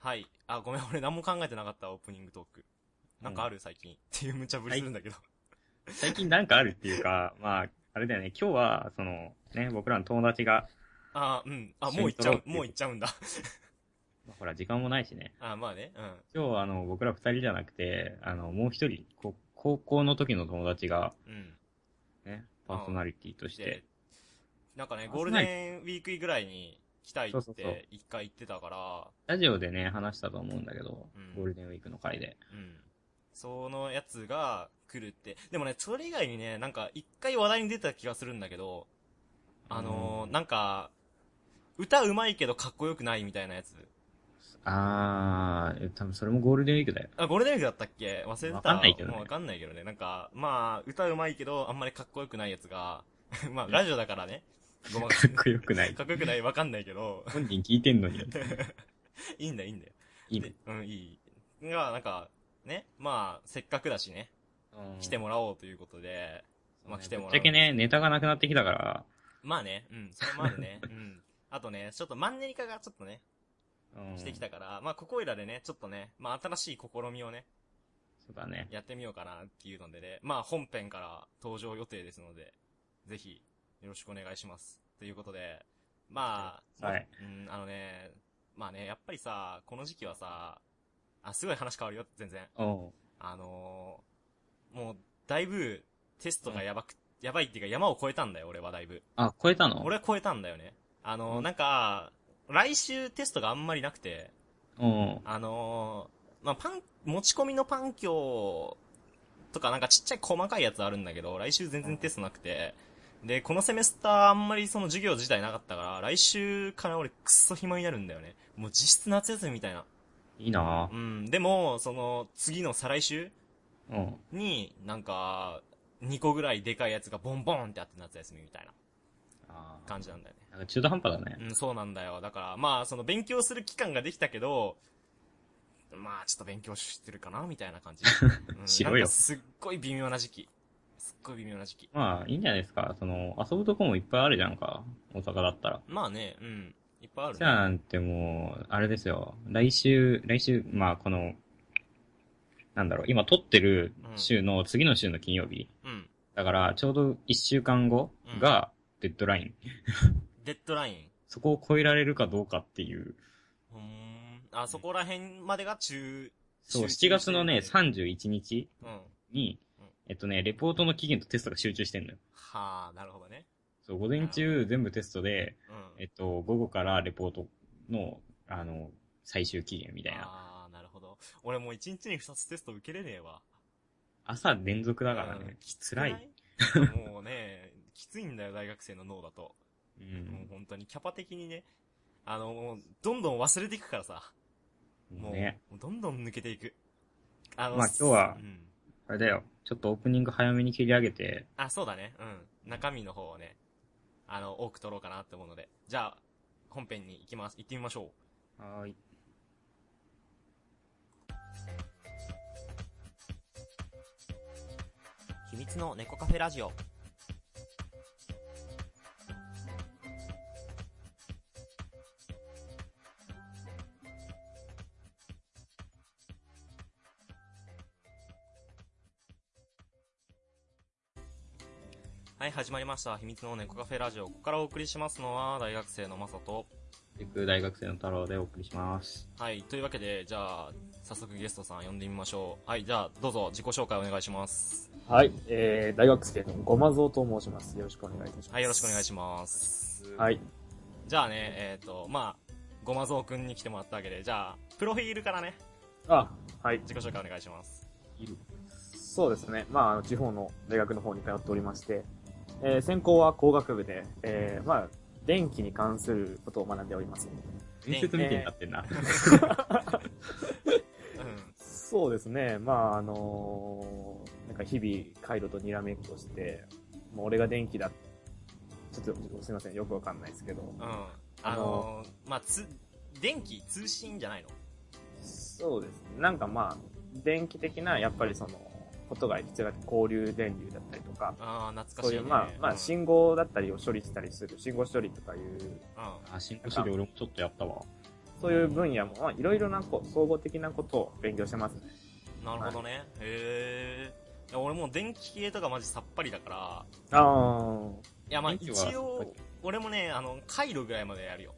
はい。あ、ごめん、俺何も考えてなかった、オープニングトーク。なんかある、最近。っていう無茶ぶりするんだけど。最近なんかあるっていうか、まあ、あれだよね、今日は、その、ね、僕らの友達が、あうん。あ、もう行っちゃう、シントロもう行っちゃうんだ。 まあほら、時間もないしね、あまあね。うん。今日はあの、僕ら二人じゃなくて、あの、もう一人、こ高校の時の友達が、うん。ね、パーソナリティとしてで、、なんかね、あゴールデンウィークぐらいに来たいそうっそうそうて、一回言ってたから、ラジオでね、話したと思うんだけど、うんゴールデンウィークの回で。うん。そのやつが来るって。でもね、それ以外にね、なんか一回話題に出た気がするんだけど、あのーうんなんか、歌うまいけどかっこよくないみたいなやつ。あー、多分それもゴールデンウィークだよ。あ、ゴールデンウィークだったっけ忘れてた。わかんないけどねもうわかんないけどね。なんか、まあ、歌うまいけど、あんまりかっこよくないやつが、 まあ、ラジオだからね。ごまかかっこよくないか。っこよくない、わかんないけど、 本人聞いてんのに。いいんだ、いいんだよ。いいねで。うん、いい。が、なんか、ね、まあ、せっかくだしね、来ても、もらおうということで、まあ来てもらうぶっちゃけね、ネタがなくなってきたから、まあね、うん、それもある ね。うん。あとね、ちょっとマンネリ化がちょっとね、うんしてきたから、まあ、ここいらでね、ちょっとね、まあ、新しい試みをね、そうだね。やってみようかなっていうのでね、まあ、本編から登場予定ですので、ぜひ、よろしくお願いします。ということで、まあ、はいうん、あのね、まあね、やっぱりさ、この時期はさ、あ、すごい話変わるよ、全然。おうあのーもう、だいぶ、テストがやばく、やばいっていうか山を越えたんだよ、俺はだいぶ。あ、超えたの俺は超えたんだよね。あのー、うんなんか、来週テストがあんまりなくて、うん。あのーまあ、パン、持ち込みのパン教とかなんかちっちゃい細かいやつあるんだけど、来週全然テストなくて、で、このセメスターあんまりその授業自体なかったから、来週から俺くっそ暇になるんだよね。もう実質夏休みみたいな。いいなぁう。ん、でも、その、次の再来週うん。に、なんか、2個ぐらいでかいやつがボンボンってあって夏休みみたいなあー感じなんだよね。なんか中途半端だね。うん、そうなんだよ。だから、まあ、その勉強する期間ができたけど、まあ、ちょっと勉強してるかな、みたいな感 じ。うん、しろよなんかすっごい微妙な時期。すっごい微妙な時期。まあ、いいんじゃないですか。その、遊ぶとこもいっぱいあるじゃんか。大阪だったら。まあね、うん。いっぱいある、じね。ゃあなんてもう、あれですよ。来週、来週、まあこの、なんだろう、今撮ってる週の、次の週の金曜日。うん。だから、ちょうど1週間後が、デッドライン。デッドライン。そこを超えられるかどうかっていう。うーん。あそこら辺までが中、そ集中う、7して月るのよねね、31日うん。はにうん、えっとね、レポートの期限とテストが集中してんのよ。あ、なるほどね。そう、午前中全部テストで、うん。えっと、午後からレポートの、あの、最終期限みたいな。ああ、なるほど。俺もう1日に2つテスト受けれねえわ。朝連続だからうんね、きつくな辛いい。。もうね、きついんだよ、大学生の脳だと。う。もうん本当にキャパ的にね、あの、もうどんどん忘れていくからさ。もう、ね。もうどんどん抜けていく。あまあ今日はうん。あれだよ。ちょっとオープニング早めに切り上げて、あ、そうだね。うん。中身の方をね、あの、多く取ろうかなって思うので。じゃあ、本編に行きます。行ってみましょはーい。う。秘密の猫カフェラジオ。はい、始まりました。秘密の猫カフェラジオ。ここからお送りしますのは、大学生のまさと。テク大学生の太郎でお送りします。はい、というわけで、じゃあ、早速ゲストさん呼んでみましょう。はい、じゃあ、どうぞ自己紹介お願いします。はい、えー、大学生のごまぞうと申します。よろしくお願いいたします。はい、よろしくお願いまします。す。はい、じゃあね、えっ、と、まあ、ごまぞうくんに来てもらったわけで、じゃあ、プロフィールからね、あ、はい、自己紹介お願いします。そうですね。まああの、地方の大学の方に通っておりまして、えー、専攻は工学部で、えー、まあ、電気に関することを学んでおります。伝説みたいになってんな。うん。そうですね。まあ、あのーなんか日々、カイロとにらめっこして、もう俺が電気だ。ちょっと、すいません。よくわかんないですけど。うん。あのーまあ、つ、電気、通信じゃないのそうですね。なんかまあ、電気的な、やっぱりその、ことが必要だって、交流電流だったりとか、ああ、懐そかうしい、いね。う、まあ、まうあ、ん信号だったりを処理したりする、信号処理とかいう、うんあ、進行処理俺もちょっとやったわ。そういう分野も、まあ、いろいろなこう総合的なことを勉強してますね。なるほどね。へえ。いや俺もう電気系とかマジさっぱりだから、ああ。いやまあ電気は一応、俺もね、あの、回路ぐらいまでやるよ。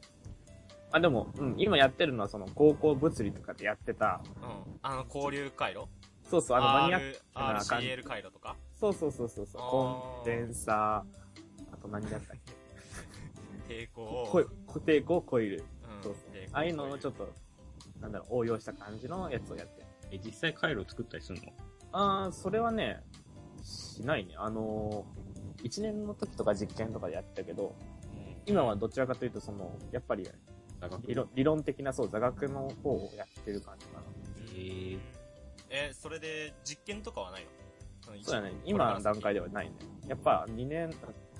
あ、でも、うん、今やってるのはその高校物理とかでやってた、うん。あの、交流回路そうそう、あのマニアック、 R- ?RCL 回路とかそうそうそうそうそう、あコーンデンサー、あと何だったっけ抵抗こい固定庫コイル。うんそうそう抵。抗ああいうのをちょっと。と、なんだろう、応用した感じのやつをやってる。え、実際回路作ったりするのああ、それはね、しないね。あのー、1年の時とか実験とかでやったけど、今はどちらかというと、その、やっぱり座学理論理論的な、そう、座学の方をやってる感じかな。うんえーえ、それで実験とかはないのその一そうだね。これ今からの先段階ではないね。やっぱ2年、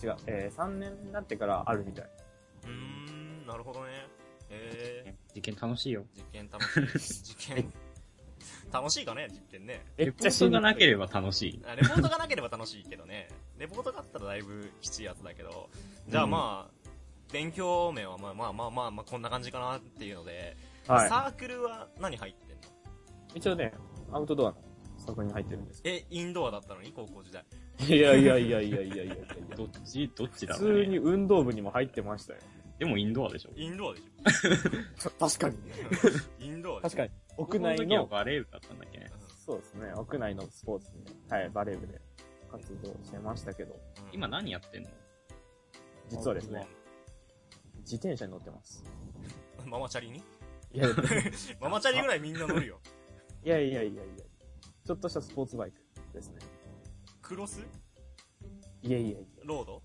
違う、えー、3年になってからあるみたい。うーん、なるほどね。ええ、実験楽しいよ。実験楽しい。 実験。楽しいかね実験ね。めレっポちゃートがなけれれば楽しい。あレポートがなければ楽しいけどね。 レポートがあったらだいぶきついやつだけど。じゃあまあ、勉強面はまあまあまあまあ、まあ、こんな感じかなっていうので、ば。はい。サークルは何入ってんの一応ね、アウトドアの作品に入ってるんですえ、インドアだったのに高校時代。いやいやいやいやいやいやいや。どっち、どっちだ普ろう通ねに。運動部にも入ってましたよ。でもインドアでしょ。インド アでし確かに。ょインドアでしょ確かに。屋内高校時はの、バレー部だったんだっけね。そうですね、屋内のスポーツに、はい、バレー部で活動してましたけど、うん今何やってんの実はですね、。自転車に乗ってます。ママチャリにいやいママチャリぐらいみんな乗る よ。やいやいやいやちょっとしたスポーツバイクですね。クロスいやいやいや。ロード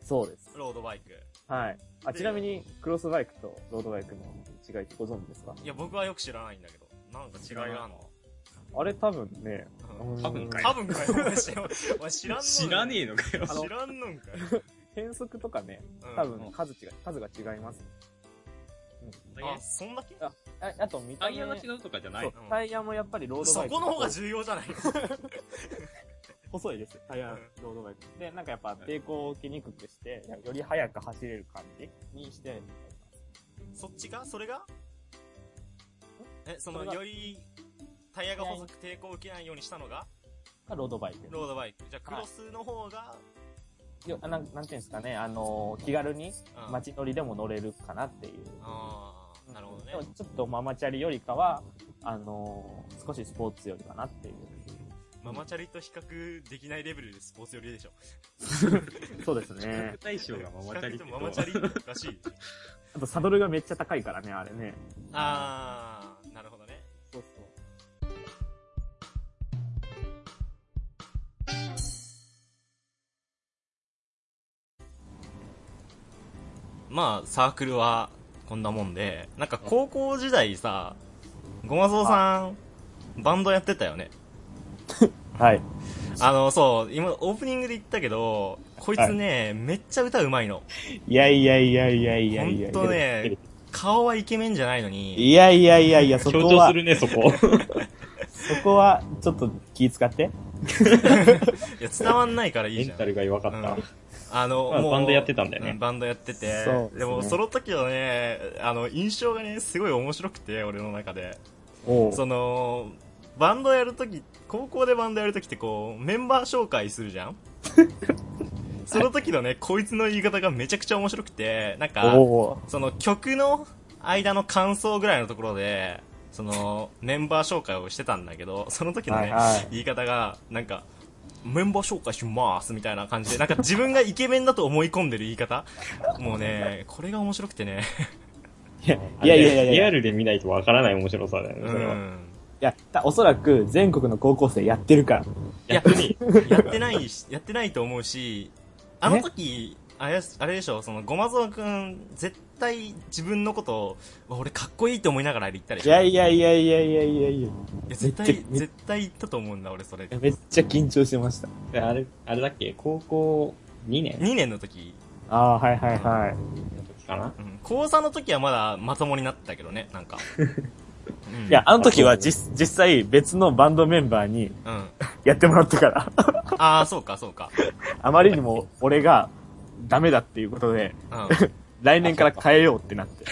そうです。ロードバイク。はい。あ、でちなみに、クロスバイクとロードバイクの違いってご存知ですかいや、僕はよく知らないんだけど。なんか違いがあるの。あれ多分ね、うん多分か多分かよ。お前知らんの知らねえのかよ。あの知らんのんかよ。変速とかね、うん多分数違い、数が違います、ね。あ、そんだけあ、あと見たタ目。イヤが違うとかじゃないそのうタイヤもやっぱりロードそバイク。この方が重要じゃない細いですよ。タイヤ、ロードバイク。で、なんかやっぱ抵抗を受けにくくして、より速く走れる感じにしてあります、そっちがそれがえ、その、それがより、タイヤが細く抵抗を受けないようにしたのが、がロードバイク。ロードバイク。じゃあ、クロスの方が、よあなん、なんていうんですかね、あのー気軽にうん街乗りでも乗れるかなっていう。ああ、なるほどねで。もちょっとママチャリよりかは、あのー少しスポーツよりかなっていう。ママチャリと比較できないレベルでスポーツ寄りでしょ。そうです比ね較。対象がママチャリ比較ってとこマとマはチャリっておかしい。あとサドルがめっちゃ高いからね、あれね。ああ、なるほどね。そうそう。まあ、サークルは、こんなもんで、なんか高校時代さ、ごまぞうさん、バンドやってたよね。はい。あの、そう、今、オープニングで言ったけど、こいつね、めっちゃ歌うまいの。いやいやいやいやいやいや。ほんとね。、顔はイケメンじゃないのに、いやいやいやいや、そ強こ調はす、るね、そこ。そこは、ちょっと気使って。いや、伝わんないからいいメじンゃんタ。ルが弱かったうん。あの、まあもうバンドやってたんだよねうバンドやってて。そうですねでも、その時のね、あの、印象がね、すごい面白くて、俺の中で。おその、バンドやるとき、高校でバンドやるときってこう、メンバー紹介するじゃんその時のね、こいつの言い方がめちゃくちゃ面白くて、なんか、おその曲の間の感想ぐらいのところで、その、メンバー紹介をしてたんだけど、その時のね、はいはい言い方が、なんか、メンバー紹介しますみたいな感じで、なんか自分がイケメンだと思い込んでる言い方もうね、これが面白くてね。いやいやいやいやいリやア。ルで見ないとわからない面白さだよね、うそれは。ん。いや、だおそらく全国の高校生やってるから。いや逆に、やってない し、やってないと思うし、あの時、あれ、あれでしょ、その、ごまぞうくん、絶対自分のことを、うわ俺かっこいいと思いながら言ったでしいょ。やいやいやいやいやいやいや。いや絶対、めっちゃ絶対言ったと思うんだ、俺それ。めっちゃ緊張してました。あれ、あれだっけ高校2年2年の時、ああ、はいはいはい。の時かなうん、高3の時はまだまともになってたけどね、 なんか。うんいや、、あの時は実、実際別のバンドメンバーにうん。あやってもらった から。あー、そうか、そうか。あまりにも俺がダメだっていうことで、うん。来年から変えようってなって。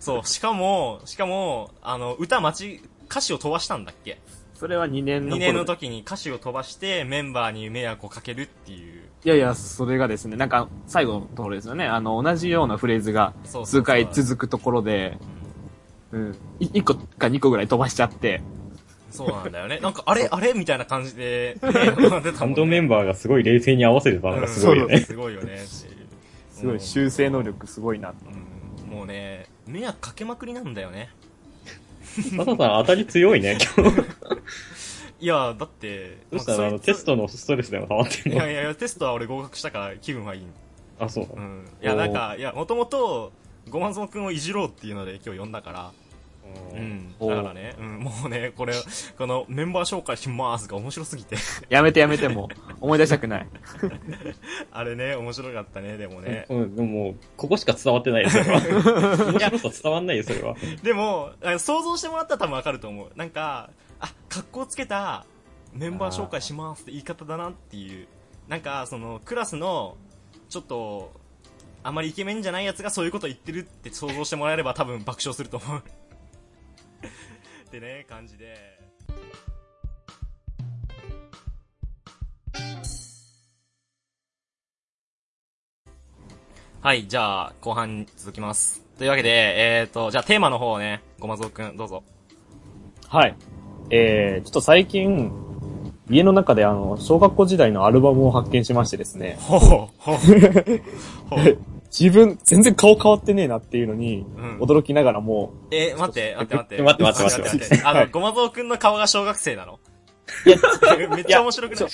そう、しかも、しかも、あの、歌待ち、歌詞を飛ばしたんだっけそれは2年の頃 ?2 年の時に歌詞を飛ばしてメンバーに迷惑をかけるっていう。いやいや、それがですね、なんか、最後のところですよね。あの、同じようなフレーズがそうそうそう数回続くところで、うんうん。い1個か2個ぐらい飛ばしちゃって、そうなんだよね。なんか、あれあれみたいな感じ で、ね、出たバもンんねドメンバーがすごい冷静に合わせてたのがすごいようんね。すごい よね。しすごうんい修正能力すごいな。うんもうね、迷惑かけまくりなんだよね。マサさん当たり強いね、今日。いや、だって、どうしたのあまの、あそテいつストのストレスでも溜まっているのやいやいや、テストは俺合格したから気分はいい。あ、そうなうのん。いや、おーなんか、いや、もともと、ごまぞくんをいじろうっていうので今日呼んだから、ううんん。だからね、うん、もうね、これ、このメンバー紹介しますが面白すぎて。 やめてやめても、思い出したくない。あれね、面白かったね、でもね。うん、でももう、ここしか伝わってないよ、それは。面白さ伝わんないよ、それは。でも、あ想像してもらったら多分わかると思う。なんか、あ、格好つけたメンバー紹介しますって言い方だなっていう。なんか、その、クラスの、ちょっと、あまりイケメンじゃないやつがそういうこと言ってるって想像してもらえれば多分爆笑すると思う。 ってね、感じで。はい、じゃあ、後半に続きます。というわけで、えっ、ー、と、じゃあテーマの方をね、ごまぞうくん、どうぞ。はい。えー、ちょっと最近、家の中であの、小学校時代のアルバムを発見しましてですね、ほう、ほう、ほう。自分、全然顔変わってねえなっていうのに、うん驚きながらもえ、待って、待って、待って。待って待っ待て待っってて待って。あの、ごまぞうくんの顔が小学生なのう、いや、 めっちゃ面白くない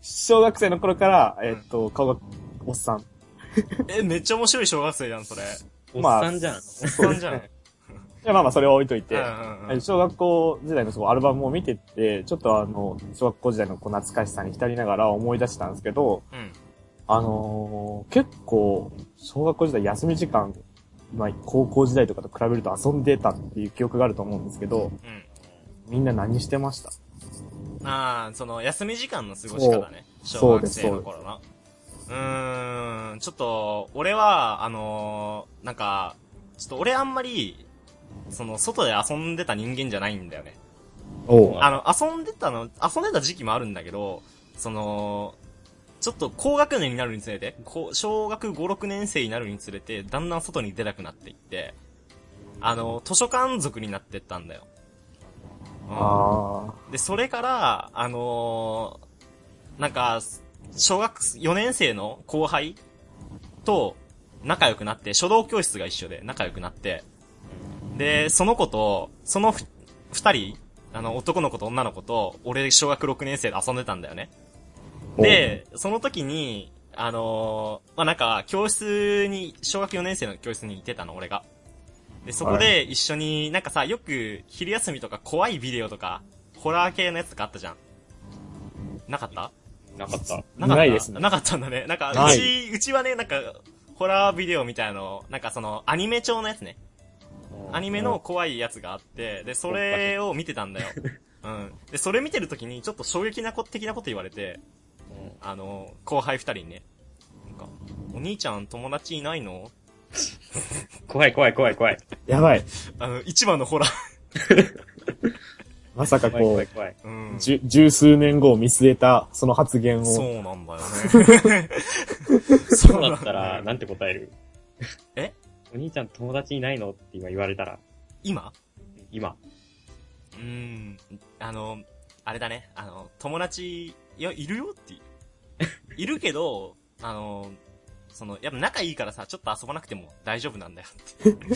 小学生の頃から、えーっと、顔が、おっさん。え、めっちゃ面白い小学生じゃん、それ。おっまあさんじゃん。おっさんじゃん。うんいやまあまあ、それは置いといて、うんうん小学校時代のそのアルバムを見てて、ちょっとあの、小学校時代のこう懐かしさに浸りながら思い出したんですけど、うん。あのー結構、小学校時代休み時間、まあ、高校時代とかと比べると遊んでたっていう記憶があると思うんですけど、みんな何してましたうん。ああ、その、休み時間の過ごし方ね。そう小学生の頃な。うーん、ちょっと、俺は、あのー、なんか、ちょっと俺あんまり、その、外で遊んでた人間じゃないんだよね。おあの、遊んでたの、遊んでた時期もあるんだけど、その、ちょっと高学年になるにつれて、こう小学5、6年生になるにつれて、だんだん外に出なくなっていって、あの、図書館族になってったんだよ。うんあで、それから、あのーなんか、小学4年生の後輩と仲良くなって、書道教室が一緒で仲良くなって、で、その子と、そのふ二人、あの、男の子と女の子と、俺小学6年生で遊んでたんだよね。おで、その時に、あのーまあ、なんか、教室に、小学4年生の教室に行ってたの、俺が。で、そこで一緒に、なんかさ、よく、昼休みとか怖いビデオとか、ホラー系のやつとかあったじゃん。なかったなかった。なかったないですねなかったんだね。なんか、なういち、うちはね、なんか、ホラービデオみたいの、なんかその、アニメ調のやつね。アニメの怖いやつがあって、で、それを見てたん だよ。うん。で、それ見てる時に、ちょっと衝撃なこ、的なこと言われて、あの、後輩二人にね、なんか、お兄ちゃん友達いないの怖い怖い怖い怖い。あ、やばい。あの、一番のホラー。まさか怖いこ、怖いう怖い。うん。十十数年後を見据えた、その発言を。 そうなん だよね。そそうだったなんら、よなんて答える えお兄ちゃん友達いないのって今言われたら、今今。うーん。あの、あれだね。あの、友達、いや、いるよ って。いるけど、あの、その、やっぱ仲いいからさ、ちょっと遊ばなくても大丈夫なんだよって。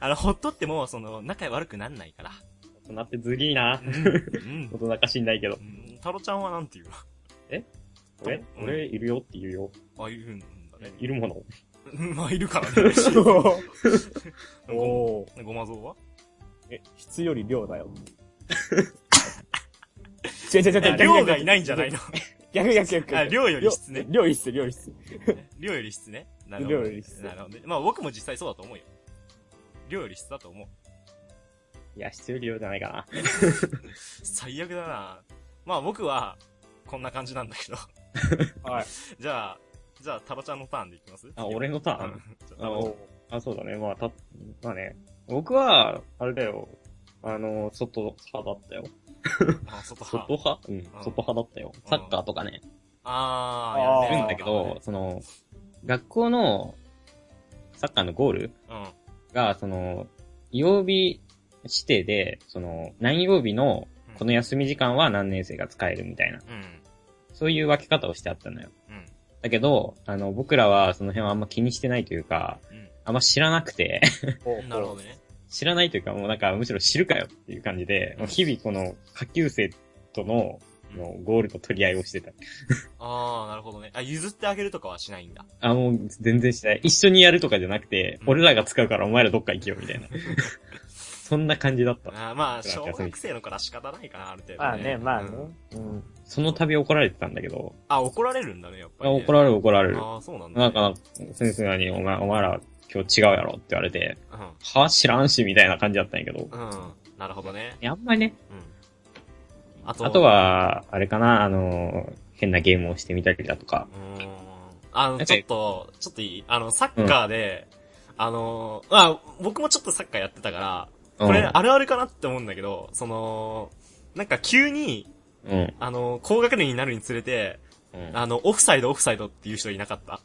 あの、ほっとっても、その、仲悪くなんないから。大人ってずりーなう。 ん大。人かしんないけどう。ん太郎ちゃんはなんて いう俺うん俺いるよって言うよ。のあ、いるんだね。いるもの。うんまあ、いるから ね。 ごおーごまぞうはえ、質より量 だよ。違う違う違うえ違う。量 がいないんじゃないの逆逆逆逆。あ量より質ね量量質、量質。量より質ね。な量より質なるほどね。まあ、僕も実際そうだと思うよ。量より質だと思う。いや、必要量じゃないかな。最悪だなまあ僕は、こんな感じなんだけど。 はい。じゃあ、じゃあ、タロちゃんのターンでいきますあ、俺のターうンん。あの、あ、そうだね。まあ、た、まあね。僕は、あれだよ。あの、外派だったよ。あ、外外派。派うん。外派だったよ。サッカーとかね。あー、するやんってだけど、その、学校のサッカーのゴールうん。が、その、曜日指定で、その、何曜日のこの休み時間は何年生が使えるみたいうな、ん。そういう分け方をしてあったのよ。うん。だけど、あの、僕らはその辺はあんま気にしてないというか、あんま知らなくて、 うん。なるほどね。知らないというか、もうなんか、むしろ知るかよっていう感じで、もう日々この、下級生との、うのん、ゴールと取り合いをしてた。あー、なるほどね。あ、譲ってあげるとかはしないんだ。あ、もう全然しない。一緒にやるとかじゃなくて、うん俺らが使うからお前らどっか行けよ、みたいな。 そんな感じだった。あーまあ、小学生のから仕方ないかな、ある程度、ね。まあね、まあねうん。うん。その度怒られてたんだけど、あ、怒られるんだね、やっぱあり、怒られる怒られれる。あー、そうなんだ、なんか、なんか先生に、お前、お前ら今日違うやろって言われて、うん。は知らんし、みたいな感じだったんやけど。うん。なるほどね。いやあんまりね。うん。あと、あと、は、あれかな、あの、変なゲームをしてみたりだとか。うーん。あなの、んかちょっと、ちょっといいあの、サッカーで、あの、まあ、僕もちょっとサッカーやってたから、これあるあるかなって思うんだけど、その、なんか急に、うん。うん。あの、高学年になるにつれて、うんあの、オフサイドオフサイドっていう人いなか った。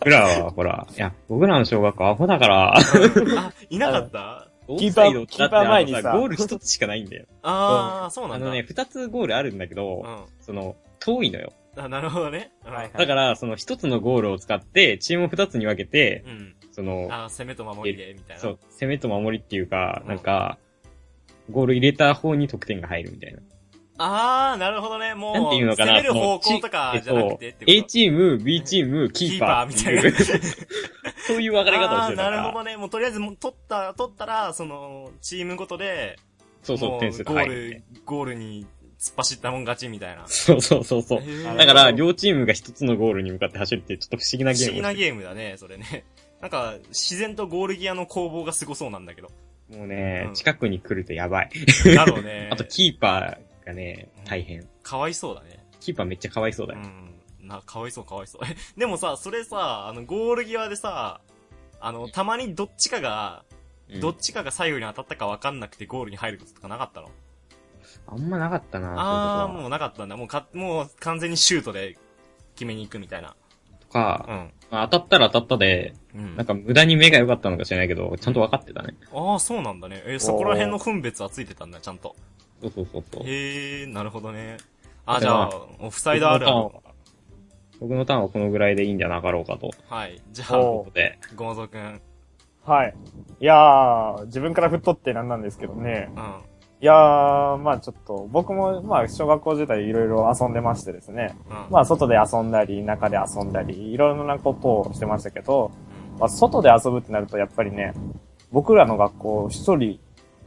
僕らは、ほら、いや、僕らの小学校アホだから、あ、いなかったキーパーオフサイドだってキーパー前にさあのゴール一つしかないんだよ。あー、そうなあんだ。のね、二つゴールあるんだけど、うその、遠いのよ。ん。あ、なるほどね。うんはいはいだから、その一つのゴールを使って、チームを二つに分けて、うん。その、あー、攻めと守りで、みたいな。そう、攻めと守りっていうかう、んなんか、ゴール入れた方に得点が入るみたいな。あー、なるほどね。もう、なんていうのかな攻める方向とかじゃなくてってこと。 A チーム、B チーム、キーパーってう キーパーみそういう分かれ方をしてあーるから。なるほどね。もうとりあえずもう取った、取ったら、その、チームごとで、そうそもう、点数がゴー入るみたいル、ゴールに突っ走ったもん勝ちみたいなな。。そうそうそうそう。へーだから、両チームが一つのゴールに向かって走るって、ちょっと不思議な不ゲーム。思議なゲームだね、それね。 なんか、自然とゴール際の攻防がすごそうなんだけ ど。もうね、うん近くに来るとやばい。。だろうねあと、キーパーがね、大変。かわいそうだね。キーパーめっちゃかわいそうだうよ。ん。な、かわいそうかわいそう。え、でもさ、それさ、あの、ゴール際でさ、あの、たまにどっちかが、うんどっちかが左右に当たったかわかんなくてゴールに入ることとかなかったのあんまなかったなああ、そういうこもうなかったんだ。もうか、もう完全にシュートで決めに行くみたいな。ととか、うん。まあ当たったら当たったで、うん。なんか無駄に目が良かったのか知らないけど、ちゃんと分かってたね。ああ、そうなんだね。えーそこら辺の分別はついてたんだ、ちゃんと。そうそうそうそう。へえ、なるほどね。あ、だじからゃあ、オフサイドあるある。僕のターンは僕のターンはこのぐらいでいいんじゃなかろうかと。はい。じゃおあ、うここで。ゴマゾウくん。うん。はい。いやー、自分から振っとってなんなんですけどね。あいやー、まあちょっと、僕も、まあ小学校時代いろいろ遊んでましてですね。まあ外で遊んだり、中で遊んだり、いろんなことをしてましたけど、まあ外で遊ぶってなるとやっぱりね、僕らの学校一人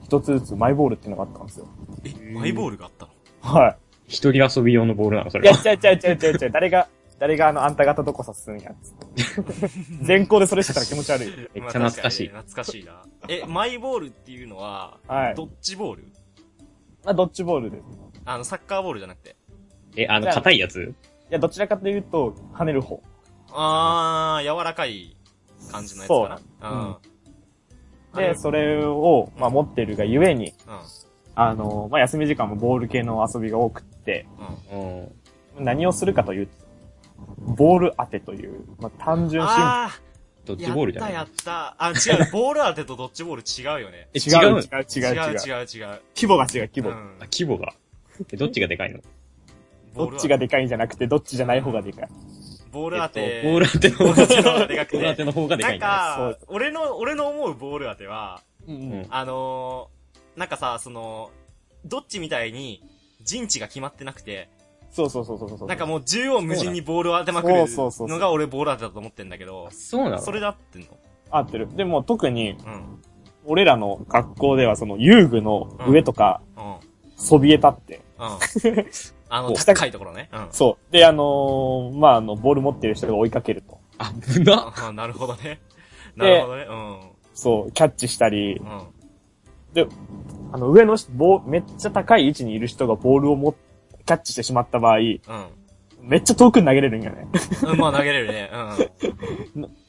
一つずつマイボールっていうのがあったんですよ。え、マイボールがあったのは一人遊び用のボールなの、そい。いれや、は。ちゃうちゃうちゃうちゃうちゃう、誰が、誰があの、あんた方どこさすんやっつって。全校でそれしてたら気持ち悪い。めっちゃ懐かしいまあ確かにね懐かしいな。え、マイボールっていうのは、はい。ドッジボールまあドッジボールです。あの、サッカーボールじゃなくて。え、あの、硬いやついや、どちらかというと、跳ねる方。あー、柔らかい感じのやつかな。うん。で、それを、まあ、持ってるがゆえに、うん。うん。あの、まあ、休み時間もボール系の遊びが多くって、うん。何をするかというと、ボール当てという、まあ、単純シンあドッー、ジボールじゃやったやないった。あ、違 う。ボール当てとドッジボール違うよね。え、プル。違うの違う違う違う違う。違う違う。規模が違う、規模。うんあ、規模が。え、どっちがでかいのボーどっルちがでかいんじゃなくて、どっちじゃない方がでかい。ボール当て。えっとボール当てのボー方ルが当ての方がでかくてボール当ての方がでかないんんだ。そかう、俺の、俺の思うボール当ては、うんうんあのー、なんかさ、その、どっちみたいに、陣地が決まってなくて、そうそうそうそうそう。なんかもう縦横無尽にボールを当てまくるそうそうそうそうのが俺ボール当てだと思ってんだけど、そうなのそれで合ってんの合ってる。でも特に、うん。俺らの学校ではその遊具の上とか、うん。うん。そびえ立って、あの、こう高いところね。うん。そう。で、あのーまあ、あの、ボール持ってる人が追いかけると。あ、ぶな。あなるほどね。でなるほどね。うそう、キャッチしたり、ん。うん。あの、上のし、棒、めっちゃ高い位置にいる人がボールをも、キャッチしてしまった場合、うん。めっちゃ遠くに投げれるんよね。 うん、まあ投げれるね。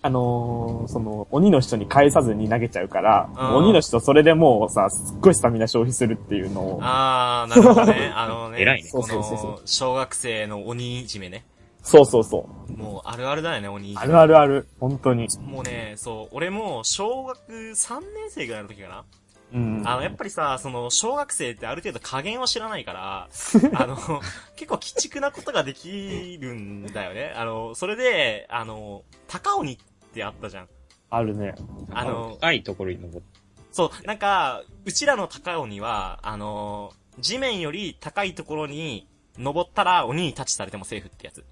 あのーその、鬼の人に返さずに投げちゃうから、うん鬼の人それでもうさ、すっごいスタミナ消費するっていうのうん。を、あー、なるほどね。あのね、偉いねこそうそうそうの、小学生の鬼いじめね。そうそうそう。もう、あるあるだよね、鬼いじめ。あるあるある、本当に。もうね、そう、俺も、小学3年生ぐらいの時かな。うん。あの、やっぱりさ、その、小学生ってある程度加減を知らない から、あの、結構鬼畜なことができるんだよね。あの、それで、あの、高鬼ってあったじゃん。あるね。あの高いところに登って。そう、なんか、うちらの高鬼は、あの、地面より高いところに登ったら鬼にタッチされてもセーフってやつ。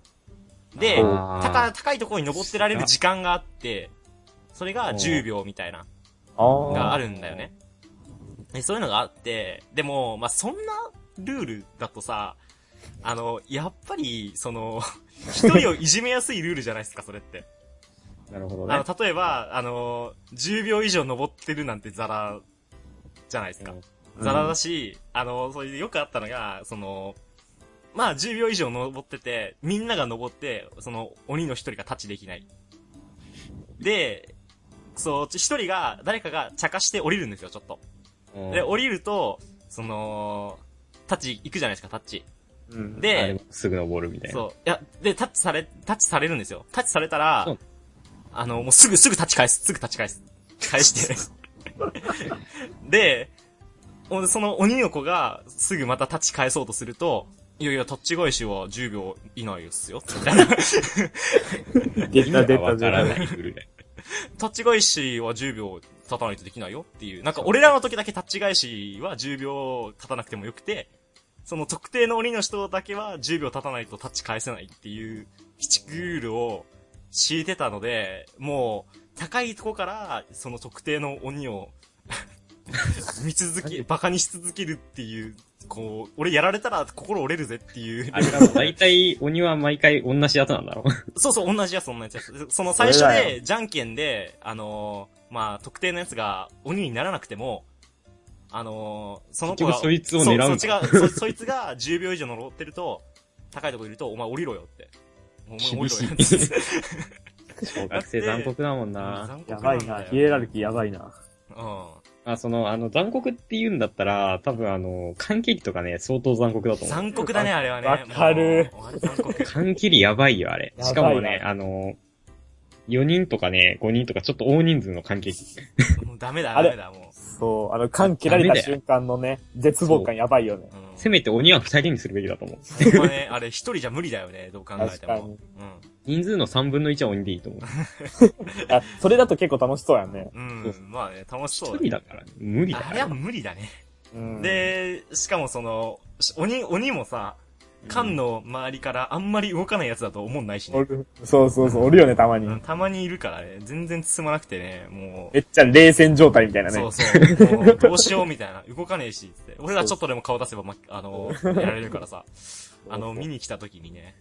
で、あー高、高いところに登ってられる時間があって、それが10秒みたいな。あーがあるんだよね。でそういうのがあって、でも、まあ、そんなルールだとさ、あの、やっぱり、その、一人をいじめやすいルールじゃないですか、それって。なるほどねあ。の、例えば、あの、10秒以上登ってるなんてザラ、じゃないですか。うんザラだし、あの、それでよくあったのが、その、まあ、10秒以上登ってて、みんなが登って、その、鬼の一人がタッチできない。で、そう、一人が、誰かが茶化して降りるんですよ、ちょっと。うんで、降りると、その、タッチ行くじゃないですか、タッチ。うん、であれもすぐ登るみたいな。そう。いや、で、タッチされ、タッチされるんですよ。タッチされたらそう、あの、もうすぐ、すぐタッチ返す。すぐタッチ返す。返 して。で、おその鬼の子が、すぐまたタッチ返そうとすると、いやいや、タッチ返しは10秒以内ですよ。みたいな出た出意味がたわか出らた。ないぐらい。タッチ返しは10秒経たないとできないよっていう。なんか、俺らの時だけタッチ返しは10秒経たなくてもよくて、その特定の鬼の人だけは10秒経たないとタッチ返せないっていう、鬼畜ルールを敷いてたので、もう、高いとこから、その特定の鬼を、 見続け、バカにし続けるっていう、こう、俺やられたら心折れるぜっていう。あれだもん大体鬼は毎回同じやつなんだろう。そうそう、同じやつ、同じやつ。その最初それだで、じゃんけんで、あのーまあ、特定のやつが鬼にならなくても、あのーその子が、結局そいつを狙うんそだそっちがそ、 そいつが10秒以上登ってると、高いとこいると、お前降りろよって。お前降りろよ厳しいって。小学生残酷だもんな。 残酷やんだばよいな、ヒエラルキーやばいな。うん。あ、その、あの、残酷って言うんだったら、多分あの、缶切りとかね、相当残酷だと思う。残酷だね、あれはね。わかるもう。あれ残酷。缶切りやばいよ、あれ。やばいなしかもね、あの、4人とかね、5人とか、ちょっと大人数の関係。もうダメだ、あダメれだ、もそう、あの、缶切られた瞬間のね、絶望感やばいよねう。。うんせめて鬼は2人にするべきだと思う。ほんまね、あれ一人じゃ無理だよね、どう考えて確かもに。。人数の3分の1は鬼でいいと思う。あ、それだと結構楽しそうやね。うん。そううそん。まあね、楽しそう1だね人だからね、無理だあかれはら。無理だね。うん、で、しかもその、し鬼、鬼もさ、缶の周りからあんまり動かないやつだと思んないしおね。るそうそうそう、おるよね、たまに。うんたまにいるからね、全然進まなくてね、も。めっちゃ冷戦状態みたいうなそねう。そう。もうどうしようみたいな。動かねえし、つって。俺らちょっとでも顔出せば、ま、あの、やられるからさ。あの、見に来た時にね、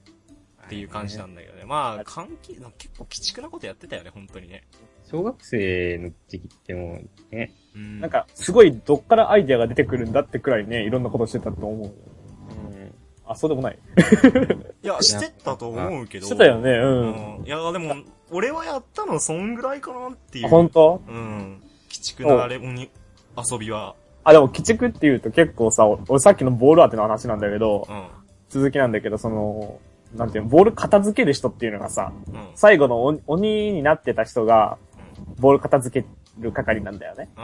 っていう感じなんだけどね。まあ、関係、なんか結構鬼畜なことやってたよね、本当にね。小学生の時期ってもう、ね、うん。なん、か、すごいどっからアイデアが出てくるんだってくらいね、いろんなことしてたと思う。あ、そうでもない。いや、してたと思うけど。してたよね、う。うんん。いや、でも、俺はやったのそんぐらいかなっていう。あ本当うん。鬼畜なあれ、鬼、遊びは。あ、でも、鬼畜って言うと結構さ、お俺さっきのボール当ての話なんだけどう、ん。続きなんだけど、その、なんていうの、ボール片付ける人っていうのがさ、うん。最後の鬼鬼になってた人が、ボール片付ける係なんだよね。う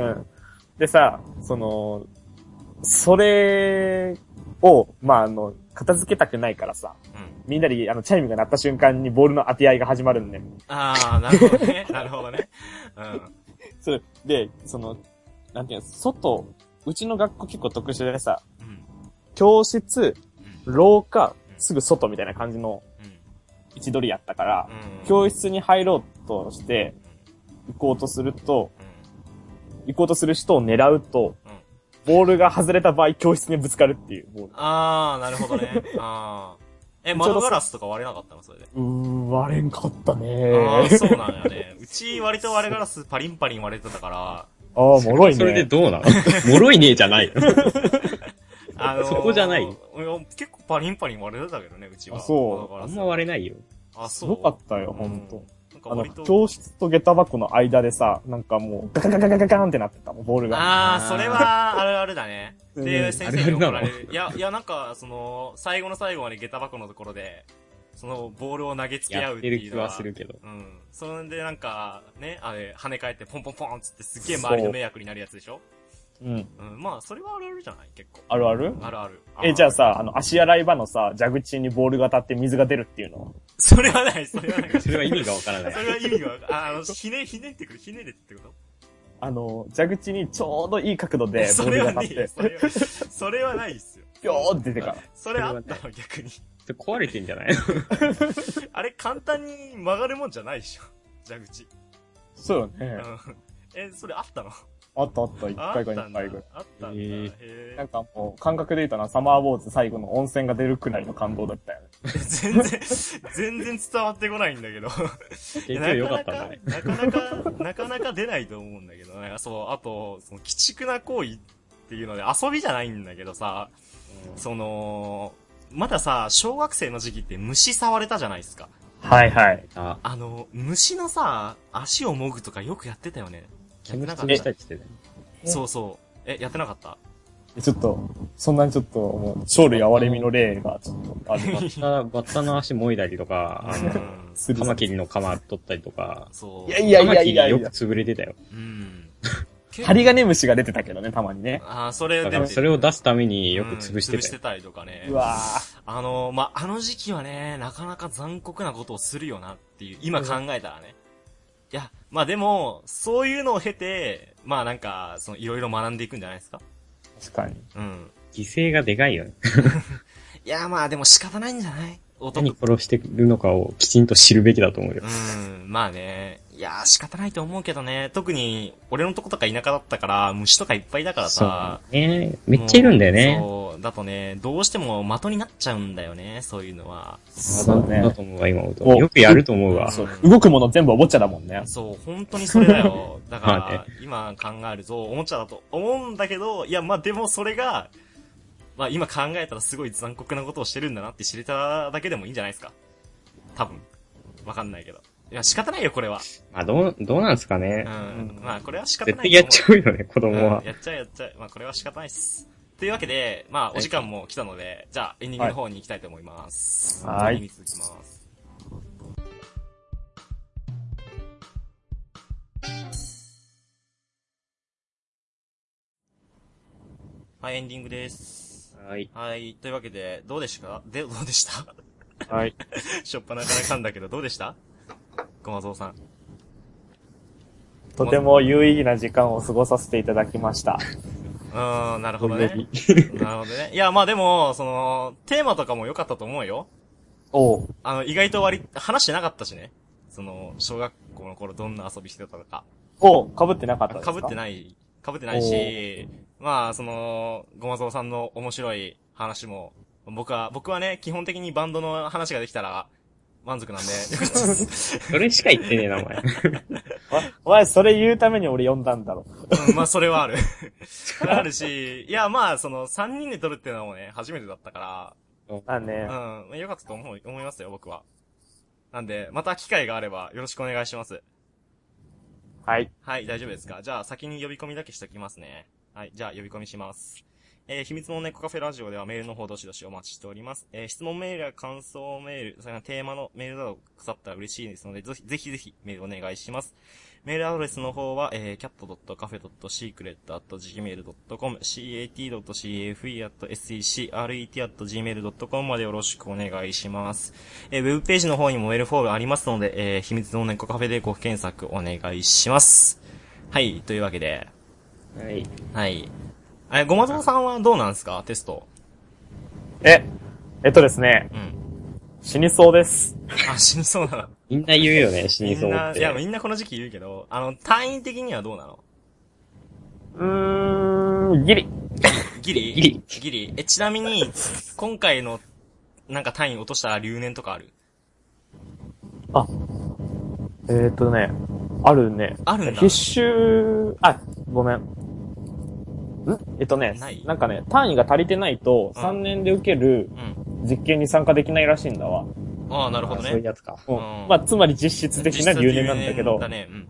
ん。うん。でさ、その、それを、まあ、あの、片付けたくないからさ、うん。みんなで、あの、チャイムが鳴った瞬間にボールの当て合いが始まるんだよ。ああ、なるほどね。なるほどね。うん。それで、その、なんていうの、外、うちの学校結構特殊でさ、うん。教室、うん。廊下、すぐ外みたいな感じのうん。位置取りやったから、うん。教室に入ろうとして、行こうとすると、行こうとする人を狙うと、うん。うん。ボールが外れた場合、教室にぶつかるっていう。もうああ、なるほどね。ああ。え、窓ガラスとか割れなかったのそれで。うーん、割れんかったねああ、そうなんだね。うち割と割れガラスパリンパリン割れてたから、 ああ、もろいね。それでどうなの脆いねじゃないよ。ああのーそこじゃないや結構パリンパリン割れてたけどね、うちは。あそう窓ガあラスんま割れないよ。あ、すそう。ごかったよ、ほうんと。なんかあの割、と。教室と下駄箱の間でさ、なんかもう、ガカガカガカガンってなってたもん、ボールが。あー、それは、あるあるだね。うで、ん先生に怒られあれる。いや、いや、なんか、その、最後の最後まで下駄箱のところで、その、ボールを投げつけ合やうっってていうるの気はするけど。うん。それでなんか、ね、あれ、跳ね返ってポンポンポンっつってすっげえ周りの迷惑になるやつでしょうん。うん。まあ、それはあるあるじゃない結構。あるあるあるある。え、じゃあさ、あの、足洗い場のさ、蛇口にボールが当たって水が出るっていうのそれはない、それはない。それは意味がわからなそい。れは意味がわかああの、ひね、ひねってくる、ひねれってこあの、蛇口にちょうどいい角度とでボそーれルはが当たないっよて、それは、それはないっすよ。ぴょーって出てから。それあったの、逆に。壊れてんじゃないあれ、簡単に曲がるもんじゃないでしょ。 蛇口。そうようね。ん。え、それあったのあったあった、一あっ回たかんだ。二回ぐらい。あったんだ。へーへなーんかもう、感覚で言うとな、サマーウォーズ最後の温泉が出るくらいの感動だったよね。全然、全然伝わってこないんだけど。結局良かったんだね。なかなか、なかなか、なかなか出ないと思うんだけど、なんかそう、あと、その、鬼畜な行為っていうので、遊びじゃないんだけどさ、その、まださ、小学生の時期って虫触れたじゃないですか。はいはい。あ、あの、虫のさ、足をもぐとかよくやってたよね。やって煙な出かっしたりしてたよた。そうそう。え、やってなかったちょっと、そんなにちょっと、もう、生類哀れみの例が、ちょっと、あるバッタ、バッタの足もいだりとか、あうの、んするカマキリの釜取ったりとか、そう。いやいやいやいやカいマやキリよく潰れてたよ。うん。針金虫が出てたけどね、たまにね。あーそれだでからそれを出すためによく潰してうん潰たしてよ。たりとかねう。わぁ。あの、まあ、あの時期はね、なかなか残酷なことをするよなっていう、今考えたらね。いや、まあ、でも、そういうのを経て、まあ、なんか、その、いろいろ学んでいくんじゃないですか。確かに。うん。犠牲がでかいよね。いや、まあ、でも仕方ないんじゃない男何。殺してるのかをきちんと知るべきだと思うよう。ん、まあね。いや、仕方ないと思うけどね。特に、俺のとことか田舎だったから、虫とかいっぱいだからさ。うね。めっちゃいるんだよね。そう。だとね、どうしても的になっちゃうんだよね、そういうのは。そうだだね。と思うわ、今思うと。およくやると思うわ。そう動くもの全部おもちゃだもんね。そう、本当にそれだ よ。だから、まあね今考えると、おもちゃだと思うんだけど、いや、まあでもそれが、まあ今考えたらすごい残酷なことをしてるんだなって知れただけでもいいんじゃないですか。多分。わかんないけど。いや、仕方ないよ、これは。まあ、どう、どうなんですかうね。 ん。まあ、これは仕方ない絶対やっちゃう。うよね、子うん供は。やっちゃう、やっちゃう。まあ、これは仕方ないっす。というわけで、まあ、お時間も来たので、じゃあ、エンディングの方に行きたいと思います。はいエンディングに続きます。はい、エンディングです。はい。はい、というわけで、どうでしたかで、どうでした はい。しょっぱなから噛んだけど、どうでしたごまぞうさん。とても有意義な時間を過ごさせていただきました。うーん、なるほど俺ねよ。り なるほどね。いや、まあでも、その、テーマとかも良かったと思うよ。おう。あの、意外と割り、話してなかったしね。その、小学校の頃どんな遊びしてたのか。おう、被ってなかったですか被ってい。ない、被ってないし、まあ、その、ごまぞうさんの面白い話も、僕は、僕はね、基本的にバンドの話ができたら、満足 なんで、よかったです。それしか言ってねえな、お前。お前、それ言うために俺呼んだんだろ。うんまあ、それはある。 それはあるし、いや、まあ、その、3人で撮るっていうのもね、初めてだったかあね。ら、うん、よかったと思う、思いますよ、僕は。なんで、また機会があれば、よろしくお願いします。はい。はい、大丈夫ですかじゃあ、先に呼び込みだけしときますね。はい、じゃあ、呼び込みします。えー、秘密の猫カフェラジオではメールの方どしどしお待ちしております。えー、質問メールや感想メール、それからテーマのメールなど腐ったら嬉しいですので、ぜひぜひぜひメールお願いします。メールアドレスの方は、えー、cat.cafe.secret.gmail.com、cat.cafe.secret.gmail.com までよろしくお願いします。えーウェブページの方にもメールフォームありますので、えー秘密の猫カフェでご検索お願いします。はい、というわけで、はい。はい。え、ごまぞうさんはどうなんですかテスト。え、えっとですね、うん。死にそうです。あ、死にそうなの。みんな言うよね、死みにそうんな、っいや、て。みんなこの時期言うけど、あの、単位的にはどうなのうーん、ギリ。ギリギリ。ギリ。え、ちなみに、今回の、なんか単位落とした留年とかあるあ、えー、っとね、あるね。あるんだ必修、あ、ごめん。えっとねない、なんかね、単位が足りてないと、うん3年で受けるうん。実験に参加できないらしいんだわ。ああ、なるほどそういうね。やつか。うんうんまあ、つまり実質的な留年なんだけど実質留年だ、ね。うん。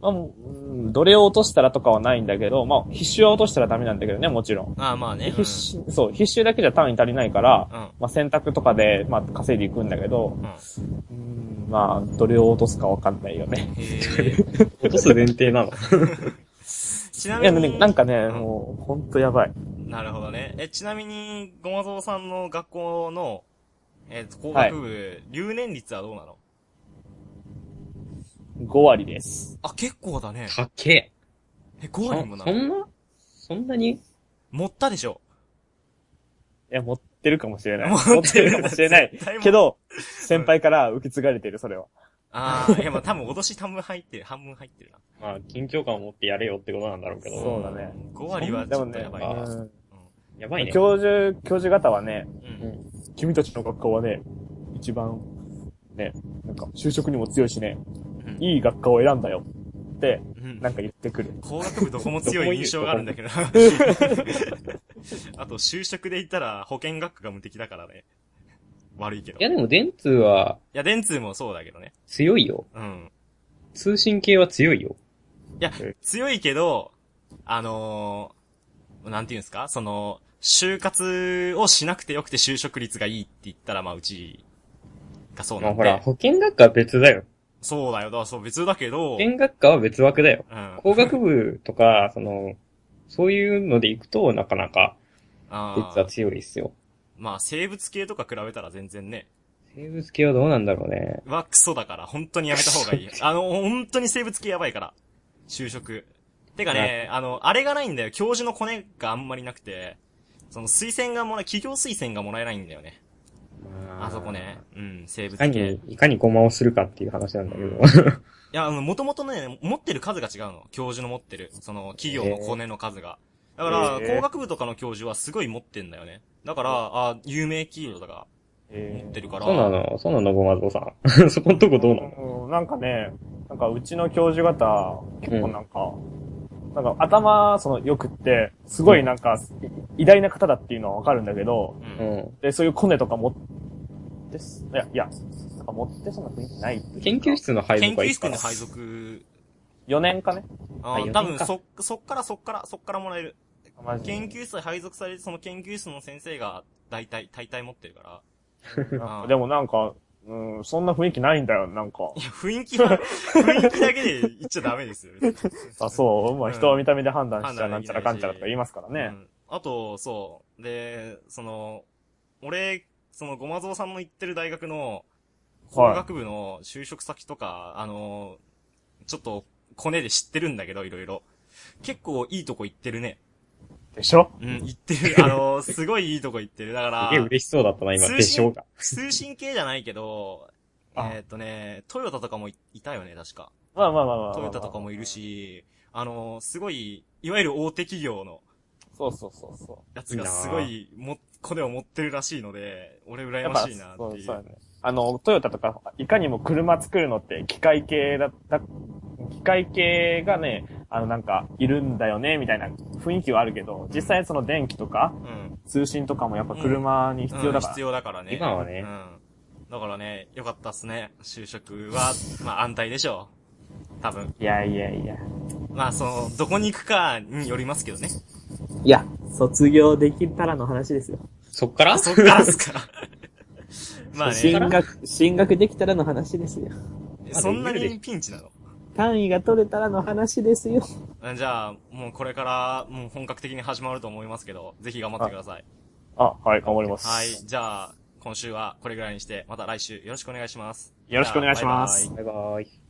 まあ、もううんどれを落としたらとかはないんだけど、まあ、必修は落としたらダメなんだけどね、もちろん。ああ、まあね。でうん必修、そう、必修だけじゃ単位足りないから、うん。まあ、選択とかで、まあ、稼いでいくんだけど、うん。うんまあ、どれを落とすかわかんないよね。へー落とす前提なの。ちないや、みねに、なんかね、んもう、ほんとやばい。なるほどね。え、ちなみに、ごまぞうさんの学校の、えっ、と、工学部、留年率はどうなの5割です。あ、結構だね。たっけえ、5そ割もんななのそんなに持ったでしょ。いや、持ってるかもしれない。持持っっててるるかもしれない絶対持っ。てけど、先輩から受け継がれてる、それは。ああ、いや、まあ多分脅し半分入ってる、半分入ってるな。まあ、緊張感を持ってやれよってことなんだろうけど。そうだね。 5割はちょっとやばいでもねね。うんやばいね。教授、教授方はね、うんうん君たちの学校はね、一番、ね、なんか、就職にも強いしね、うんいい学科を選んだよって、うんなんか言ってくる。工学部どこも強い印象があるんだけどな。 あと、就職で言ったら保険学科が無敵だからね。悪いけど。いいやでも電通はや、電通もそうだけどね。強いよ。うん。通信系は強いよ。いや、強いけど、あのー、なんていうんですかその、就活をしなくてよくて就職率がいいって言ったら、まあ、うちがそうまなあんほら、で。保健学科は別だよ。そうだよ。だからそう、別だけど保、健学科は別枠だよ。うん。工学部とか、その、そういうので行くと、なかなか、あ実ーは強いっすよ。まあ、生物系とか比べたら全然ね。生物系はどうなんだろうね。はクソだから、本当にやめた方 がいい。あの、本当に生物系やばいから。就職。てかね、あの、あれがないんだよ。教授のコネがあんまりなくて、その推薦がもらえ、企業推薦がもらえないんだよね。あそこね。。うん、生い物か系。いに、いかにゴマをするかっていう話なんだけど。や、あの、もともとね、持ってる数が違うの。教授の持ってる、その、企業のコネの数が。だから、へー工学部とかの教授はすごい持ってんだよね。だから、あ、有名企業とか持ってるから。 そうなの、そうなの、ごまぞうさん。 そこんとこどうなのうんなんかね、なんかうちの教授方、結構なんか、なんか頭、その、良くって、すごいなんか、い偉大な方だっていうのはわかるんだけど、うんう。で、そういうコネとか持ってす、いや、いや、なんか持ってそうな雰囲気ないっていうんか研究室の配研属は究いつ室かのら。配属4年かね。ああー多四年分かそ、そっからそっから、そっからもらえる。マジで研究室に配属されて、その研究室の先生が大体、大体持ってるから。なんかでもなんか、うん、そんな雰囲気ないんだよ、なんかい。や、雰囲気は、雰囲気だけで言っちゃダメですよ。あ、そう、まあうん人は見た目で判断しちゃ判断なんできちなゃいらしかんちゃらとか言いますからうね。ん。あと、そう。で、その、俺、その、ごまぞうさんの行ってる大学の、工はい学部の就職先とか、あの、ちょっと、コネで知ってるんだけど、いろいろ。結構いいとこ行ってるね。でしょうん、行ってる。あの、すごいいいとこ行ってる。だから、すげえ嬉しそうだったな、今、通でしょう信が。、通信系じゃないけど、あえーっとね、トヨタとかもいいたよね、確か。まあまあまあまあまあまあ。トヨタとかもいる。し、あの、すごい、いわゆる大手企業のそうそうそうそう。やつがすごい、も、コネを持ってるらしいので、俺羨ましいなってそういそうだう。ね。あの、トヨタとか、いかにも車作るのって機械系だった、機械系がね、あのなんか、いるんだよね、みたいな雰囲気はあるけど、実際その電気とか、うん。通信とかもやっぱ車に必要だうんか必ら。要だからね。今はねうん。だからね、よかったっすね。就職は、まあ安泰でしょう。多分。いやいやいや。まあその、どこに行くかによります けどね。いや、卒業できたらの話ですよ。そっからそっからっす から。まあ進ね、学、進学できたらの話ですよ。そんなにピンチなの単位が取れたらの話ですよ。あじゃあ、もうこれから、もう本格的に始まると思いますけど、ぜひ頑張ってください。あ、はい、頑張ります。はい。じゃあ、今週はこれぐらいにして、また来週よろしくお願いします。よろしくお願いしますじゃあバイバイバイバーイ。